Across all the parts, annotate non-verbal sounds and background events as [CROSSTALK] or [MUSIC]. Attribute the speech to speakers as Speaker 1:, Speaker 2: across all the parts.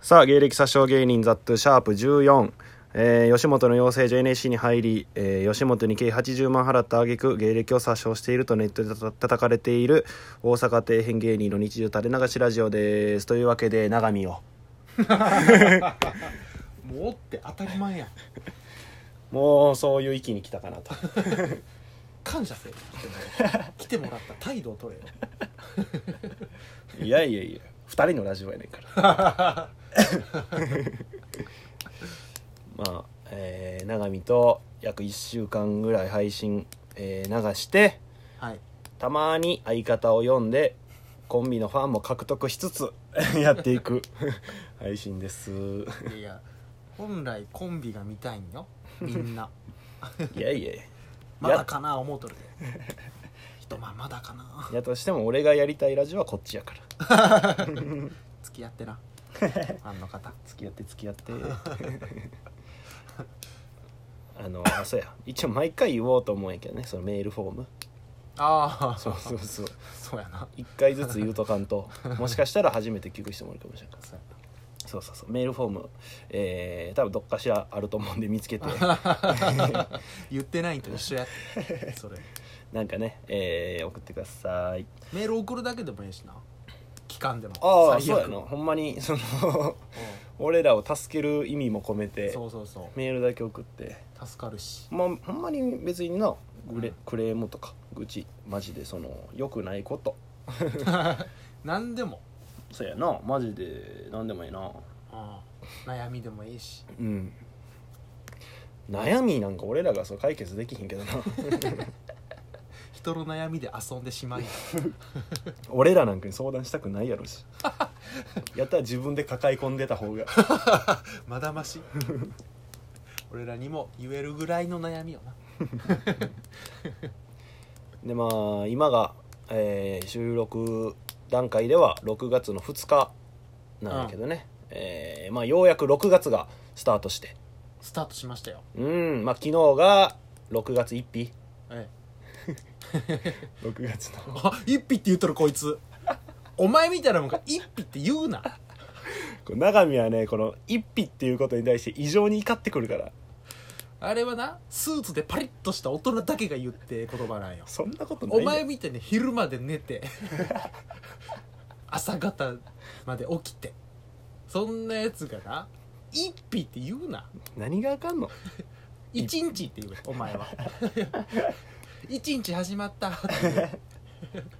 Speaker 1: さあ芸歴詐称芸人ザットゥシャープ14、えー吉本の養成所 NSC に入り、えー吉本に計80万払った挙句芸歴を詐称しているとネットでた叩かれている大阪底辺芸人の日常垂れ流しラジオですというわけで永見を
Speaker 2: もうおって当たり前やん
Speaker 1: もうそういう域に来たかなと
Speaker 2: 感謝せよ来てもらった態度を取れ
Speaker 1: [LAUGHS] [LAUGHS]
Speaker 2: よ
Speaker 1: いやいやいや2人のラジオやねんから
Speaker 2: は
Speaker 1: まあ、えー、長見と約1週間ぐらい配信、えー流して
Speaker 2: い
Speaker 1: たまに相方を読んでコンビのファンも獲得しつつ [LAUGHS] やってい [LAUGHS] く配信です
Speaker 2: いやいや本来コンビが見たいんよみんない
Speaker 1: やいや
Speaker 2: まだかな思うとるで人ままだかな
Speaker 1: やとしても俺がやりたいラジオはこっちやから
Speaker 2: 付き合ってなあんの方
Speaker 1: 付き合って付き合って [LAUGHS] あのそうや一応毎回言おうと思うんやけどねそのメールフォーム
Speaker 2: ああ
Speaker 1: そうそうそう
Speaker 2: そうやな
Speaker 1: 1回ずつ言うとかんともしかしたら初めて聞く人もいるかもしれんから
Speaker 2: そう
Speaker 1: そうそうそうメールフォーム、えー、多分どっかしらあると思うんで見つ [LAUGHS] けて
Speaker 2: やな言ってないんと一緒やってそれ
Speaker 1: なんかね、えー送ってください
Speaker 2: メール送るだけでもいいしな期間でも
Speaker 1: ああ
Speaker 2: 最
Speaker 1: そうや
Speaker 2: 悪
Speaker 1: な
Speaker 2: の
Speaker 1: ほんまにその [LAUGHS] 俺らを助ける意味も込めて
Speaker 2: そうそうそう
Speaker 1: メールだけ送って、
Speaker 2: 助かる
Speaker 1: [LAUGHS]
Speaker 2: し
Speaker 1: まあ、ほんまに別になグレ
Speaker 2: うん
Speaker 1: クレームとか愚痴マジでその良くないこと
Speaker 2: 何でも
Speaker 1: そうやなマジで何でもいいな
Speaker 2: うん悩みでもいいし
Speaker 1: うん悩みなんか俺らがそう解決できひんけどな [LAUGHS]
Speaker 2: 人の悩みで遊んでしまい
Speaker 1: 俺らなんかに相談したくないやろ
Speaker 2: [LAUGHS]
Speaker 1: しやったら自分で抱え込んでた方が
Speaker 2: [LAUGHS] まだまし俺らにも言えるぐらいの悩みよな
Speaker 1: でまあ今が、えー収録段階では6月の2日なんだけどね、えーまあ、ようやく6月がスタートして
Speaker 2: スタートしましたよ
Speaker 1: うんまあ昨日が6月1日
Speaker 2: ええ
Speaker 1: 6月の
Speaker 2: あ一匹って言っとるこい [LAUGHS] つお前みたいなもんが一匹って言うな
Speaker 1: こう永見はねこの1日っていうことに対して異常に怒ってくるから
Speaker 2: あれはなスーツでパリッとした大人だけが言って言葉なんよ
Speaker 1: そんなことない
Speaker 2: お
Speaker 1: よ
Speaker 2: 前みたいに昼まで寝て朝方まで起きてそんなやつがな一匹って言うな
Speaker 1: 何があかんの
Speaker 2: 一日って言うよお
Speaker 1: [LAUGHS]
Speaker 2: 前は一日始まったって言う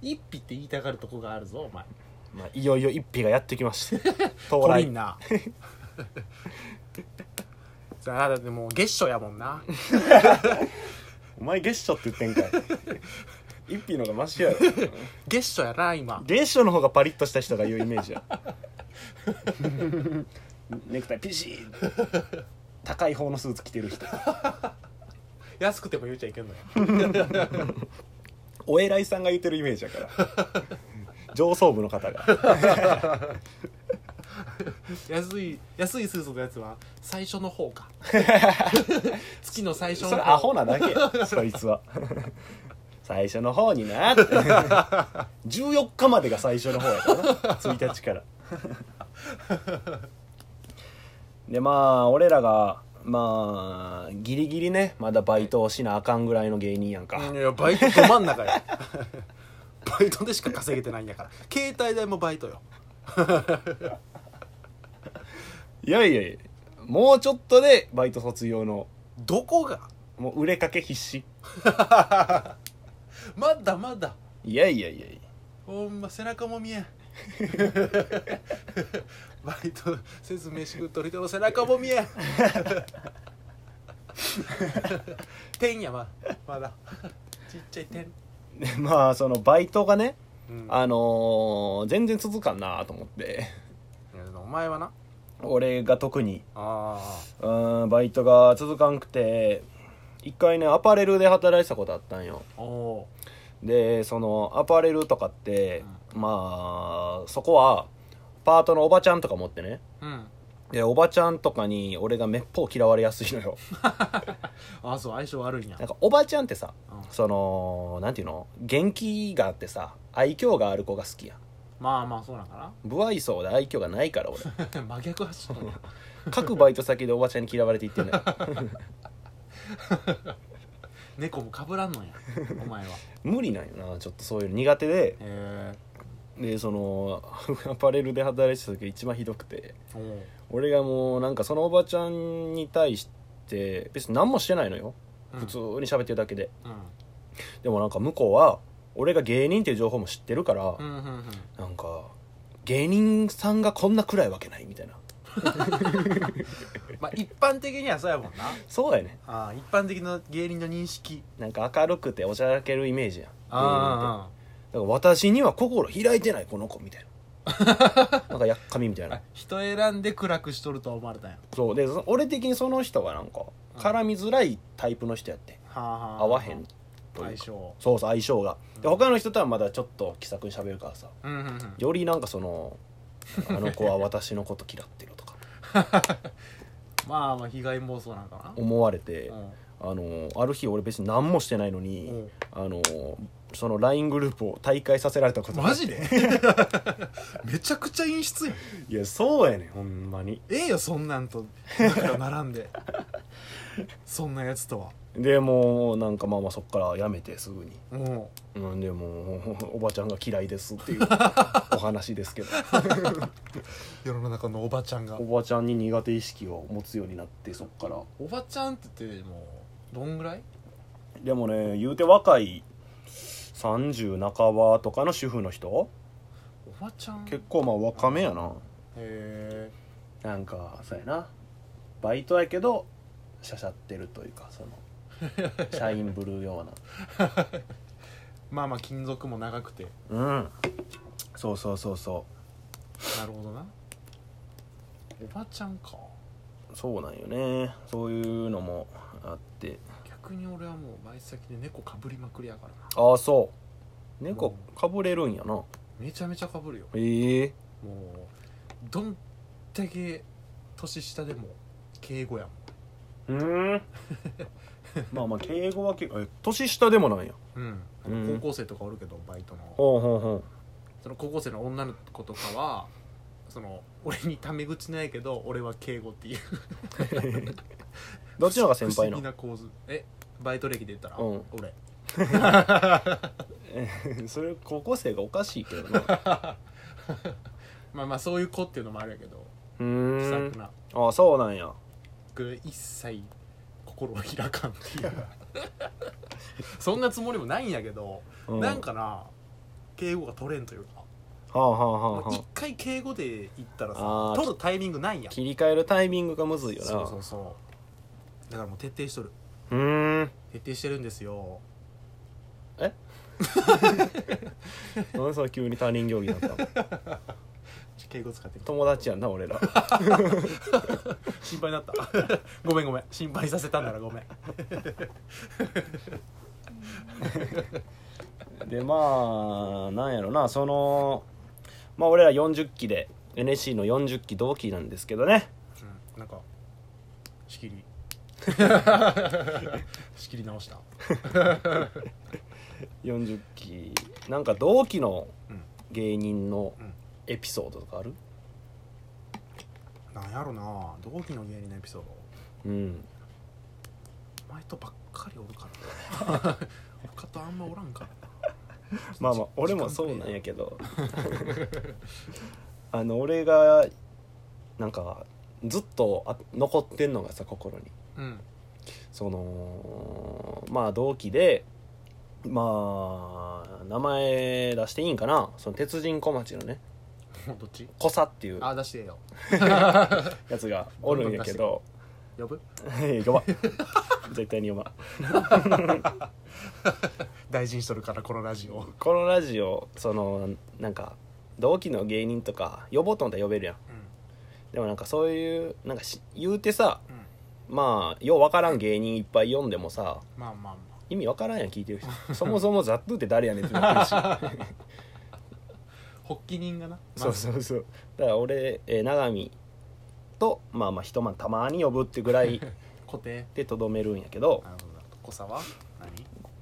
Speaker 2: 一匹って言いたがるとこがあるぞお前
Speaker 1: まあいよいよ1日がやってきました [LAUGHS] 到
Speaker 2: こり
Speaker 1: 来
Speaker 2: んなさあだってもう月初やもんな
Speaker 1: お前月初って言ってんかい1日の方がマシやろ
Speaker 2: 月初やな今
Speaker 1: 原初の方がパリッとした人が言うイメージや [LAUGHS] ネクタイピシッ高い方のスーツ着てる人
Speaker 2: 安くても言うちゃいけんのよ
Speaker 1: お偉いさんが言ってるイメージやから上層部の方が
Speaker 2: 安い安いスーツのやつは最初の方
Speaker 1: [LAUGHS]
Speaker 2: か月の最初の
Speaker 1: そ
Speaker 2: 方
Speaker 1: れアホなだけ [LAUGHS] やそいつは最初の方に [LAUGHS] なって14日までが最初の方やからな1日からでまあ俺らがまあギリギリねまだバイトをしなあかんぐらいの芸人やんか、
Speaker 2: いやバイトど真ん中やバイトでしか稼げてないんやから携帯代もバイトよ
Speaker 1: いやいやいやもうちょっとでバイト卒業の
Speaker 2: どこが
Speaker 1: もう売れかけ必死
Speaker 2: まだまだ
Speaker 1: いやいやいやいや
Speaker 2: ほんま背中も見えん [LAUGHS] バイトせず飯食うとる人の背中も見えん [LAUGHS] 点やままだちっちゃい点
Speaker 1: で [LAUGHS] まあそのバイトがね、
Speaker 2: うん
Speaker 1: あのー全然続かんなと思って
Speaker 2: いやでもお前はな
Speaker 1: 俺が特に
Speaker 2: あ
Speaker 1: うーんバイトが続かんくて一回ねアパレルで働いてたことあったんよ
Speaker 2: あおお
Speaker 1: でそのアパレルとかって、まあそこはパートのおばちゃんとか持ってね
Speaker 2: うん
Speaker 1: でおばちゃんとかに俺がめっぽう嫌われやすいのよ
Speaker 2: ああそう相性悪いんや
Speaker 1: なんかおばちゃんってさ
Speaker 2: うん
Speaker 1: そのなんていうの元気があってさ愛嬌がある子が好きやん
Speaker 2: まあまあそうなんか
Speaker 1: 不愛想で愛嬌がないから俺
Speaker 2: な [LAUGHS] 真逆走ったね
Speaker 1: 各バイト先でおばちゃんに嫌われていってん
Speaker 2: [LAUGHS]
Speaker 1: だよ
Speaker 2: 猫もかぶらんの [LAUGHS] やお前は
Speaker 1: 無理なんよなちょっとそういうの苦手で
Speaker 2: へ
Speaker 1: でその [LAUGHS] アパレルで働いてた時が一番ひどくて
Speaker 2: えおう
Speaker 1: 俺がもうなんかそのおばちゃんに対して別に何もしてないのよ
Speaker 2: うん
Speaker 1: 普通に喋ってるだけで、
Speaker 2: うん
Speaker 1: でもなんか向こうは俺が芸人っていう情報も知ってるから、
Speaker 2: うんうんうん
Speaker 1: なんか芸人さんがこんな暗いわけないみたいな
Speaker 2: まあ一般的にはそうやもんな
Speaker 1: そうやね
Speaker 2: ああ一般的な芸人の認識
Speaker 1: なんか明るくておちゃらけるイメージやん芸人って
Speaker 2: あ
Speaker 1: だから私には心開いてないこの子みたい
Speaker 2: [LAUGHS]
Speaker 1: ななんかやっかみみたい
Speaker 2: あ
Speaker 1: な
Speaker 2: 人選んで暗くしとるとは思われたんや
Speaker 1: そうでそ俺的にその人がなんか
Speaker 2: うん
Speaker 1: 絡みづらいタイプの人やって
Speaker 2: はあはあ
Speaker 1: 合わへんというか
Speaker 2: 相性
Speaker 1: そうそう相性がで
Speaker 2: うん
Speaker 1: 他の人とはまだちょっと気さくに喋るからさ
Speaker 2: うんうんうん
Speaker 1: よりなんかそのあの子は私のこと嫌ってる
Speaker 2: [LAUGHS]
Speaker 1: とか
Speaker 2: まあまあ被害妄想なんか
Speaker 1: 思われて
Speaker 2: な
Speaker 1: あのある日俺別に何もしてないの
Speaker 2: う
Speaker 1: に、
Speaker 2: ん
Speaker 1: あのその LINE グループを退会させられたことが
Speaker 2: マジで [LAUGHS] めちゃくちゃ陰湿やん
Speaker 1: いやそうやねんほんまに
Speaker 2: ええよそんなんと仲良く並んでそんなやつとは
Speaker 1: でもうなんかまあまあそっからやめてすぐに
Speaker 2: も
Speaker 1: うんでもう [LAUGHS] おばちゃんが嫌いです [LAUGHS] っていうお話ですけど
Speaker 2: う世の中のおばちゃんが
Speaker 1: おばちゃんに苦手意識を持つようになってそっから
Speaker 2: おばちゃんって言ってもうどんぐらい
Speaker 1: でもね言うて若い30半ばとかの主婦の人
Speaker 2: おばちゃん
Speaker 1: 結構まあ若めやな
Speaker 2: へ
Speaker 1: なんかそうやなバイトやけどしゃしゃってるというかその [LAUGHS] 社員ぶるよ
Speaker 2: えまあまあ金属も長くて
Speaker 1: うなうんそうそうそうそ
Speaker 2: なるほどなおばちゃんか
Speaker 1: うそうなんよねそういうのもあって
Speaker 2: 逆に俺はもうバイト先で猫かぶりまくりやからな
Speaker 1: ああそう猫かぶれるんやな
Speaker 2: めちゃめちゃかぶるよ
Speaker 1: ええ
Speaker 2: もうどんだけ年下でも敬語やもん
Speaker 1: うん [LAUGHS] まあまあ敬語はけえ年下でもなんや
Speaker 2: うん、あ
Speaker 1: う
Speaker 2: の
Speaker 1: ん
Speaker 2: 高校生とかおるけどバイトの
Speaker 1: ほうほうほ
Speaker 2: その高校生の女の子とかはその俺にタメ口ないけど俺は敬語っていう
Speaker 1: うどっちの方が先輩
Speaker 2: 不思
Speaker 1: な
Speaker 2: 議な構図えバイト歴で言ったら、
Speaker 1: うん
Speaker 2: 俺
Speaker 1: の [LAUGHS] それ高校生がおかしいけ
Speaker 2: [LAUGHS]
Speaker 1: どな
Speaker 2: まあまあそういう子っていうのもあるやけど
Speaker 1: う
Speaker 2: 気さ
Speaker 1: ん
Speaker 2: くな
Speaker 1: ああそうなんや
Speaker 2: く一切心を開かんっていうそんなつもりもないんやけど、
Speaker 1: う
Speaker 2: なんかな敬語が取れんというか
Speaker 1: はあはあはあ
Speaker 2: もう
Speaker 1: は
Speaker 2: 一回敬語で言ったら
Speaker 1: あ
Speaker 2: さ
Speaker 1: ー
Speaker 2: 取るタイミングないや
Speaker 1: あ
Speaker 2: ん
Speaker 1: 切り替えるタイミングがむずいよな
Speaker 2: そうそうそうだからもう徹底しとる
Speaker 1: うーん
Speaker 2: 徹底してるんですよ
Speaker 1: 何それ急に他人行儀だったの
Speaker 2: 敬語使ってみた
Speaker 1: 友達やんな俺
Speaker 2: [LAUGHS]
Speaker 1: ら
Speaker 2: 心配になった [LAUGHS] ごめんごめん心配させたんならごめん
Speaker 1: でまあなんやろなそのまあ俺ら40期で NSC の40期同期なんですけどね
Speaker 2: うん、なんか
Speaker 1: [LAUGHS]
Speaker 2: 仕切り仕切り直した
Speaker 1: 40期なんか同期の
Speaker 2: うん
Speaker 1: 芸人の
Speaker 2: うん
Speaker 1: エピソードとかある
Speaker 2: なんやろな同期の芸人のエピソード
Speaker 1: うん
Speaker 2: お前とばっかりおる [LAUGHS] からな他とあんまおらんからな
Speaker 1: まあまあ俺もそうなんやけど [LAUGHS] あの俺がなんかずっとあ残ってんのがさ心に
Speaker 2: うん
Speaker 1: そのまあ同期でまあ名前出していいんかなその鉄人小町のね
Speaker 2: もうどっち
Speaker 1: 小佐っていう
Speaker 2: あ出してえよ
Speaker 1: やつがおるんやけど
Speaker 2: 呼ぶ
Speaker 1: [LAUGHS] 呼
Speaker 2: [LAUGHS]
Speaker 1: ば絶対に呼ば
Speaker 2: 大事にしとるからこのラジオ
Speaker 1: このラジオそのなんか同期の芸人とか呼ぼうと思ったら呼べるやんでもなんかそういうなんかし言うてさ
Speaker 2: うん、うん、
Speaker 1: まあようわからん芸人いっぱい呼んでもさ
Speaker 2: まあまあまあ
Speaker 1: 意味わからんやん聞いてる人そもそもザットゥって誰やねんってな
Speaker 2: [LAUGHS]
Speaker 1: ってるし
Speaker 2: 発起人がな
Speaker 1: そう
Speaker 2: う
Speaker 1: そうそうだから俺、えー永見とまあまあ一晩たまに呼ぶってぐらい
Speaker 2: 固定
Speaker 1: でとどめるんやけど
Speaker 2: なるほど濃さは何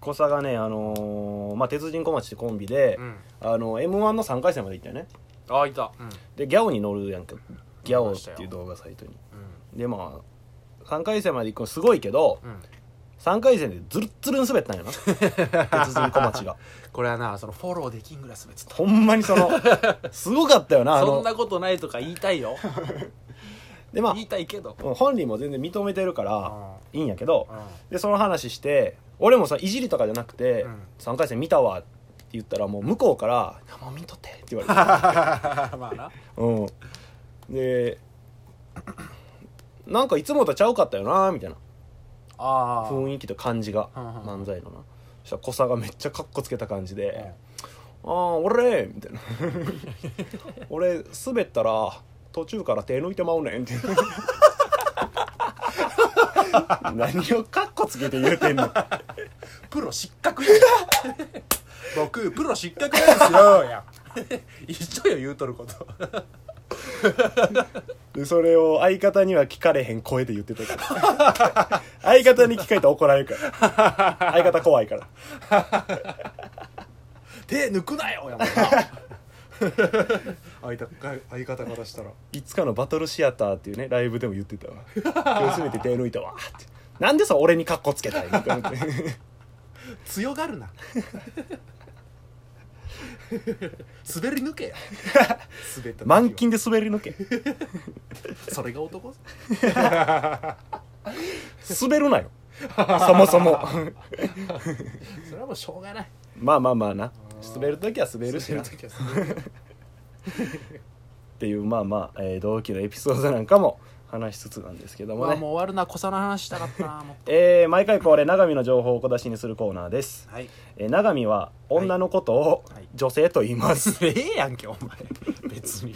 Speaker 1: 小佐がね、あのーまあ、鉄人小町ってコンビで
Speaker 2: う、ん
Speaker 1: あの m 1の3回戦まで行ったよね
Speaker 2: ああいたうん
Speaker 1: でギャオに乗るやんかギャオって
Speaker 2: 乗りました
Speaker 1: いう
Speaker 2: よ
Speaker 1: 動画サイトに
Speaker 2: う
Speaker 1: でまあ3回戦まで行くのすごいけど
Speaker 2: んうん
Speaker 1: 3回戦でズルッズルン滑ったんや
Speaker 2: [LAUGHS]
Speaker 1: な鉄人小町が
Speaker 2: これはなそのフォローできんぐらい滑ってた
Speaker 1: ほんまにそのすごかったよなあ
Speaker 2: そ
Speaker 1: の
Speaker 2: んなことないとか言いたい [LAUGHS] よ
Speaker 1: でま
Speaker 2: 言いたいけど
Speaker 1: あ本人も全然認めてるから
Speaker 2: う
Speaker 1: いいんやけど
Speaker 2: んうん
Speaker 1: でその話して俺もさいじりとかじゃなくて
Speaker 2: うん
Speaker 1: 3回戦見たわって言ったらもう向こうから「生見んとって」って言われて
Speaker 2: [LAUGHS] まあな
Speaker 1: うん、でなんかいつもとちゃうかったよなみたいな
Speaker 2: ああ
Speaker 1: 雰囲気と感じが
Speaker 2: うんうん
Speaker 1: 漫才のなそしたら小佐がめっちゃカッコつけた感じ
Speaker 2: うん
Speaker 1: で「ああ俺」みたいな [LAUGHS] 「俺滑ったら途中から手抜いてまう [LAUGHS] ねん」って何をカッコつけて言うてんの
Speaker 2: プロ失格や [LAUGHS] 僕プロ失格なんですよや [LAUGHS] 一緒よ言うとること
Speaker 1: でそれを相方には聞かれへん声で言ってたから
Speaker 2: [LAUGHS]
Speaker 1: 相方に聞かれたら怒られるから相方怖いから
Speaker 2: 手抜くなよや [LAUGHS] もんな相方か相方からしたら
Speaker 1: いつかのバトルシアターっていうねライブでも言ってたわ
Speaker 2: [LAUGHS]
Speaker 1: 今日全て手抜いたわってなんでさ俺にカッコつけたいのって思って
Speaker 2: 強が [LAUGHS] るな滑り抜 [LAUGHS] けや滑った時は
Speaker 1: 満金で滑り抜け
Speaker 2: それが男
Speaker 1: 滑るな
Speaker 2: [LAUGHS]
Speaker 1: よそもそも
Speaker 2: それはもうしょうがない
Speaker 1: まあまあまあな滑る時は滑るしなっ
Speaker 2: 時は滑る
Speaker 1: ていうまあまあ、えー同期のエピソードなんかも話しつつなんですけど
Speaker 2: う
Speaker 1: も
Speaker 2: わ
Speaker 1: ね
Speaker 2: もう終わるな小さな話したかったなもっ
Speaker 1: えー毎回恒例長見の情報を小出しにするコーナーです
Speaker 2: と、はい [LAUGHS]
Speaker 1: えー、長見は女のことを
Speaker 2: はい
Speaker 1: 女性と言います、
Speaker 2: ええやんけお前別に